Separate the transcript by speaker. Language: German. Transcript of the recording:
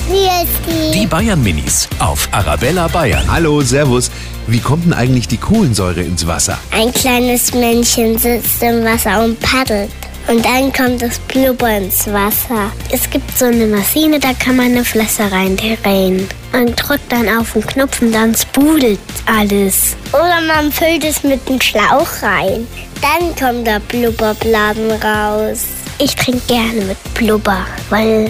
Speaker 1: Christi.
Speaker 2: Die Bayern Minis auf Arabella Bayern.
Speaker 3: Hallo, Servus. Wie kommt denn eigentlich die Kohlensäure ins Wasser?
Speaker 1: Ein kleines Männchen sitzt im Wasser und paddelt. Und dann kommt das Blubber ins Wasser. Es gibt so eine Maschine, da kann man eine Flasche reindrehen. Man drückt dann auf den Knopf und dann sprudelt alles. Oder man füllt es mit einem Schlauch rein. Dann kommt der Blubberbladen raus. Ich trinke gerne mit Blubber, weil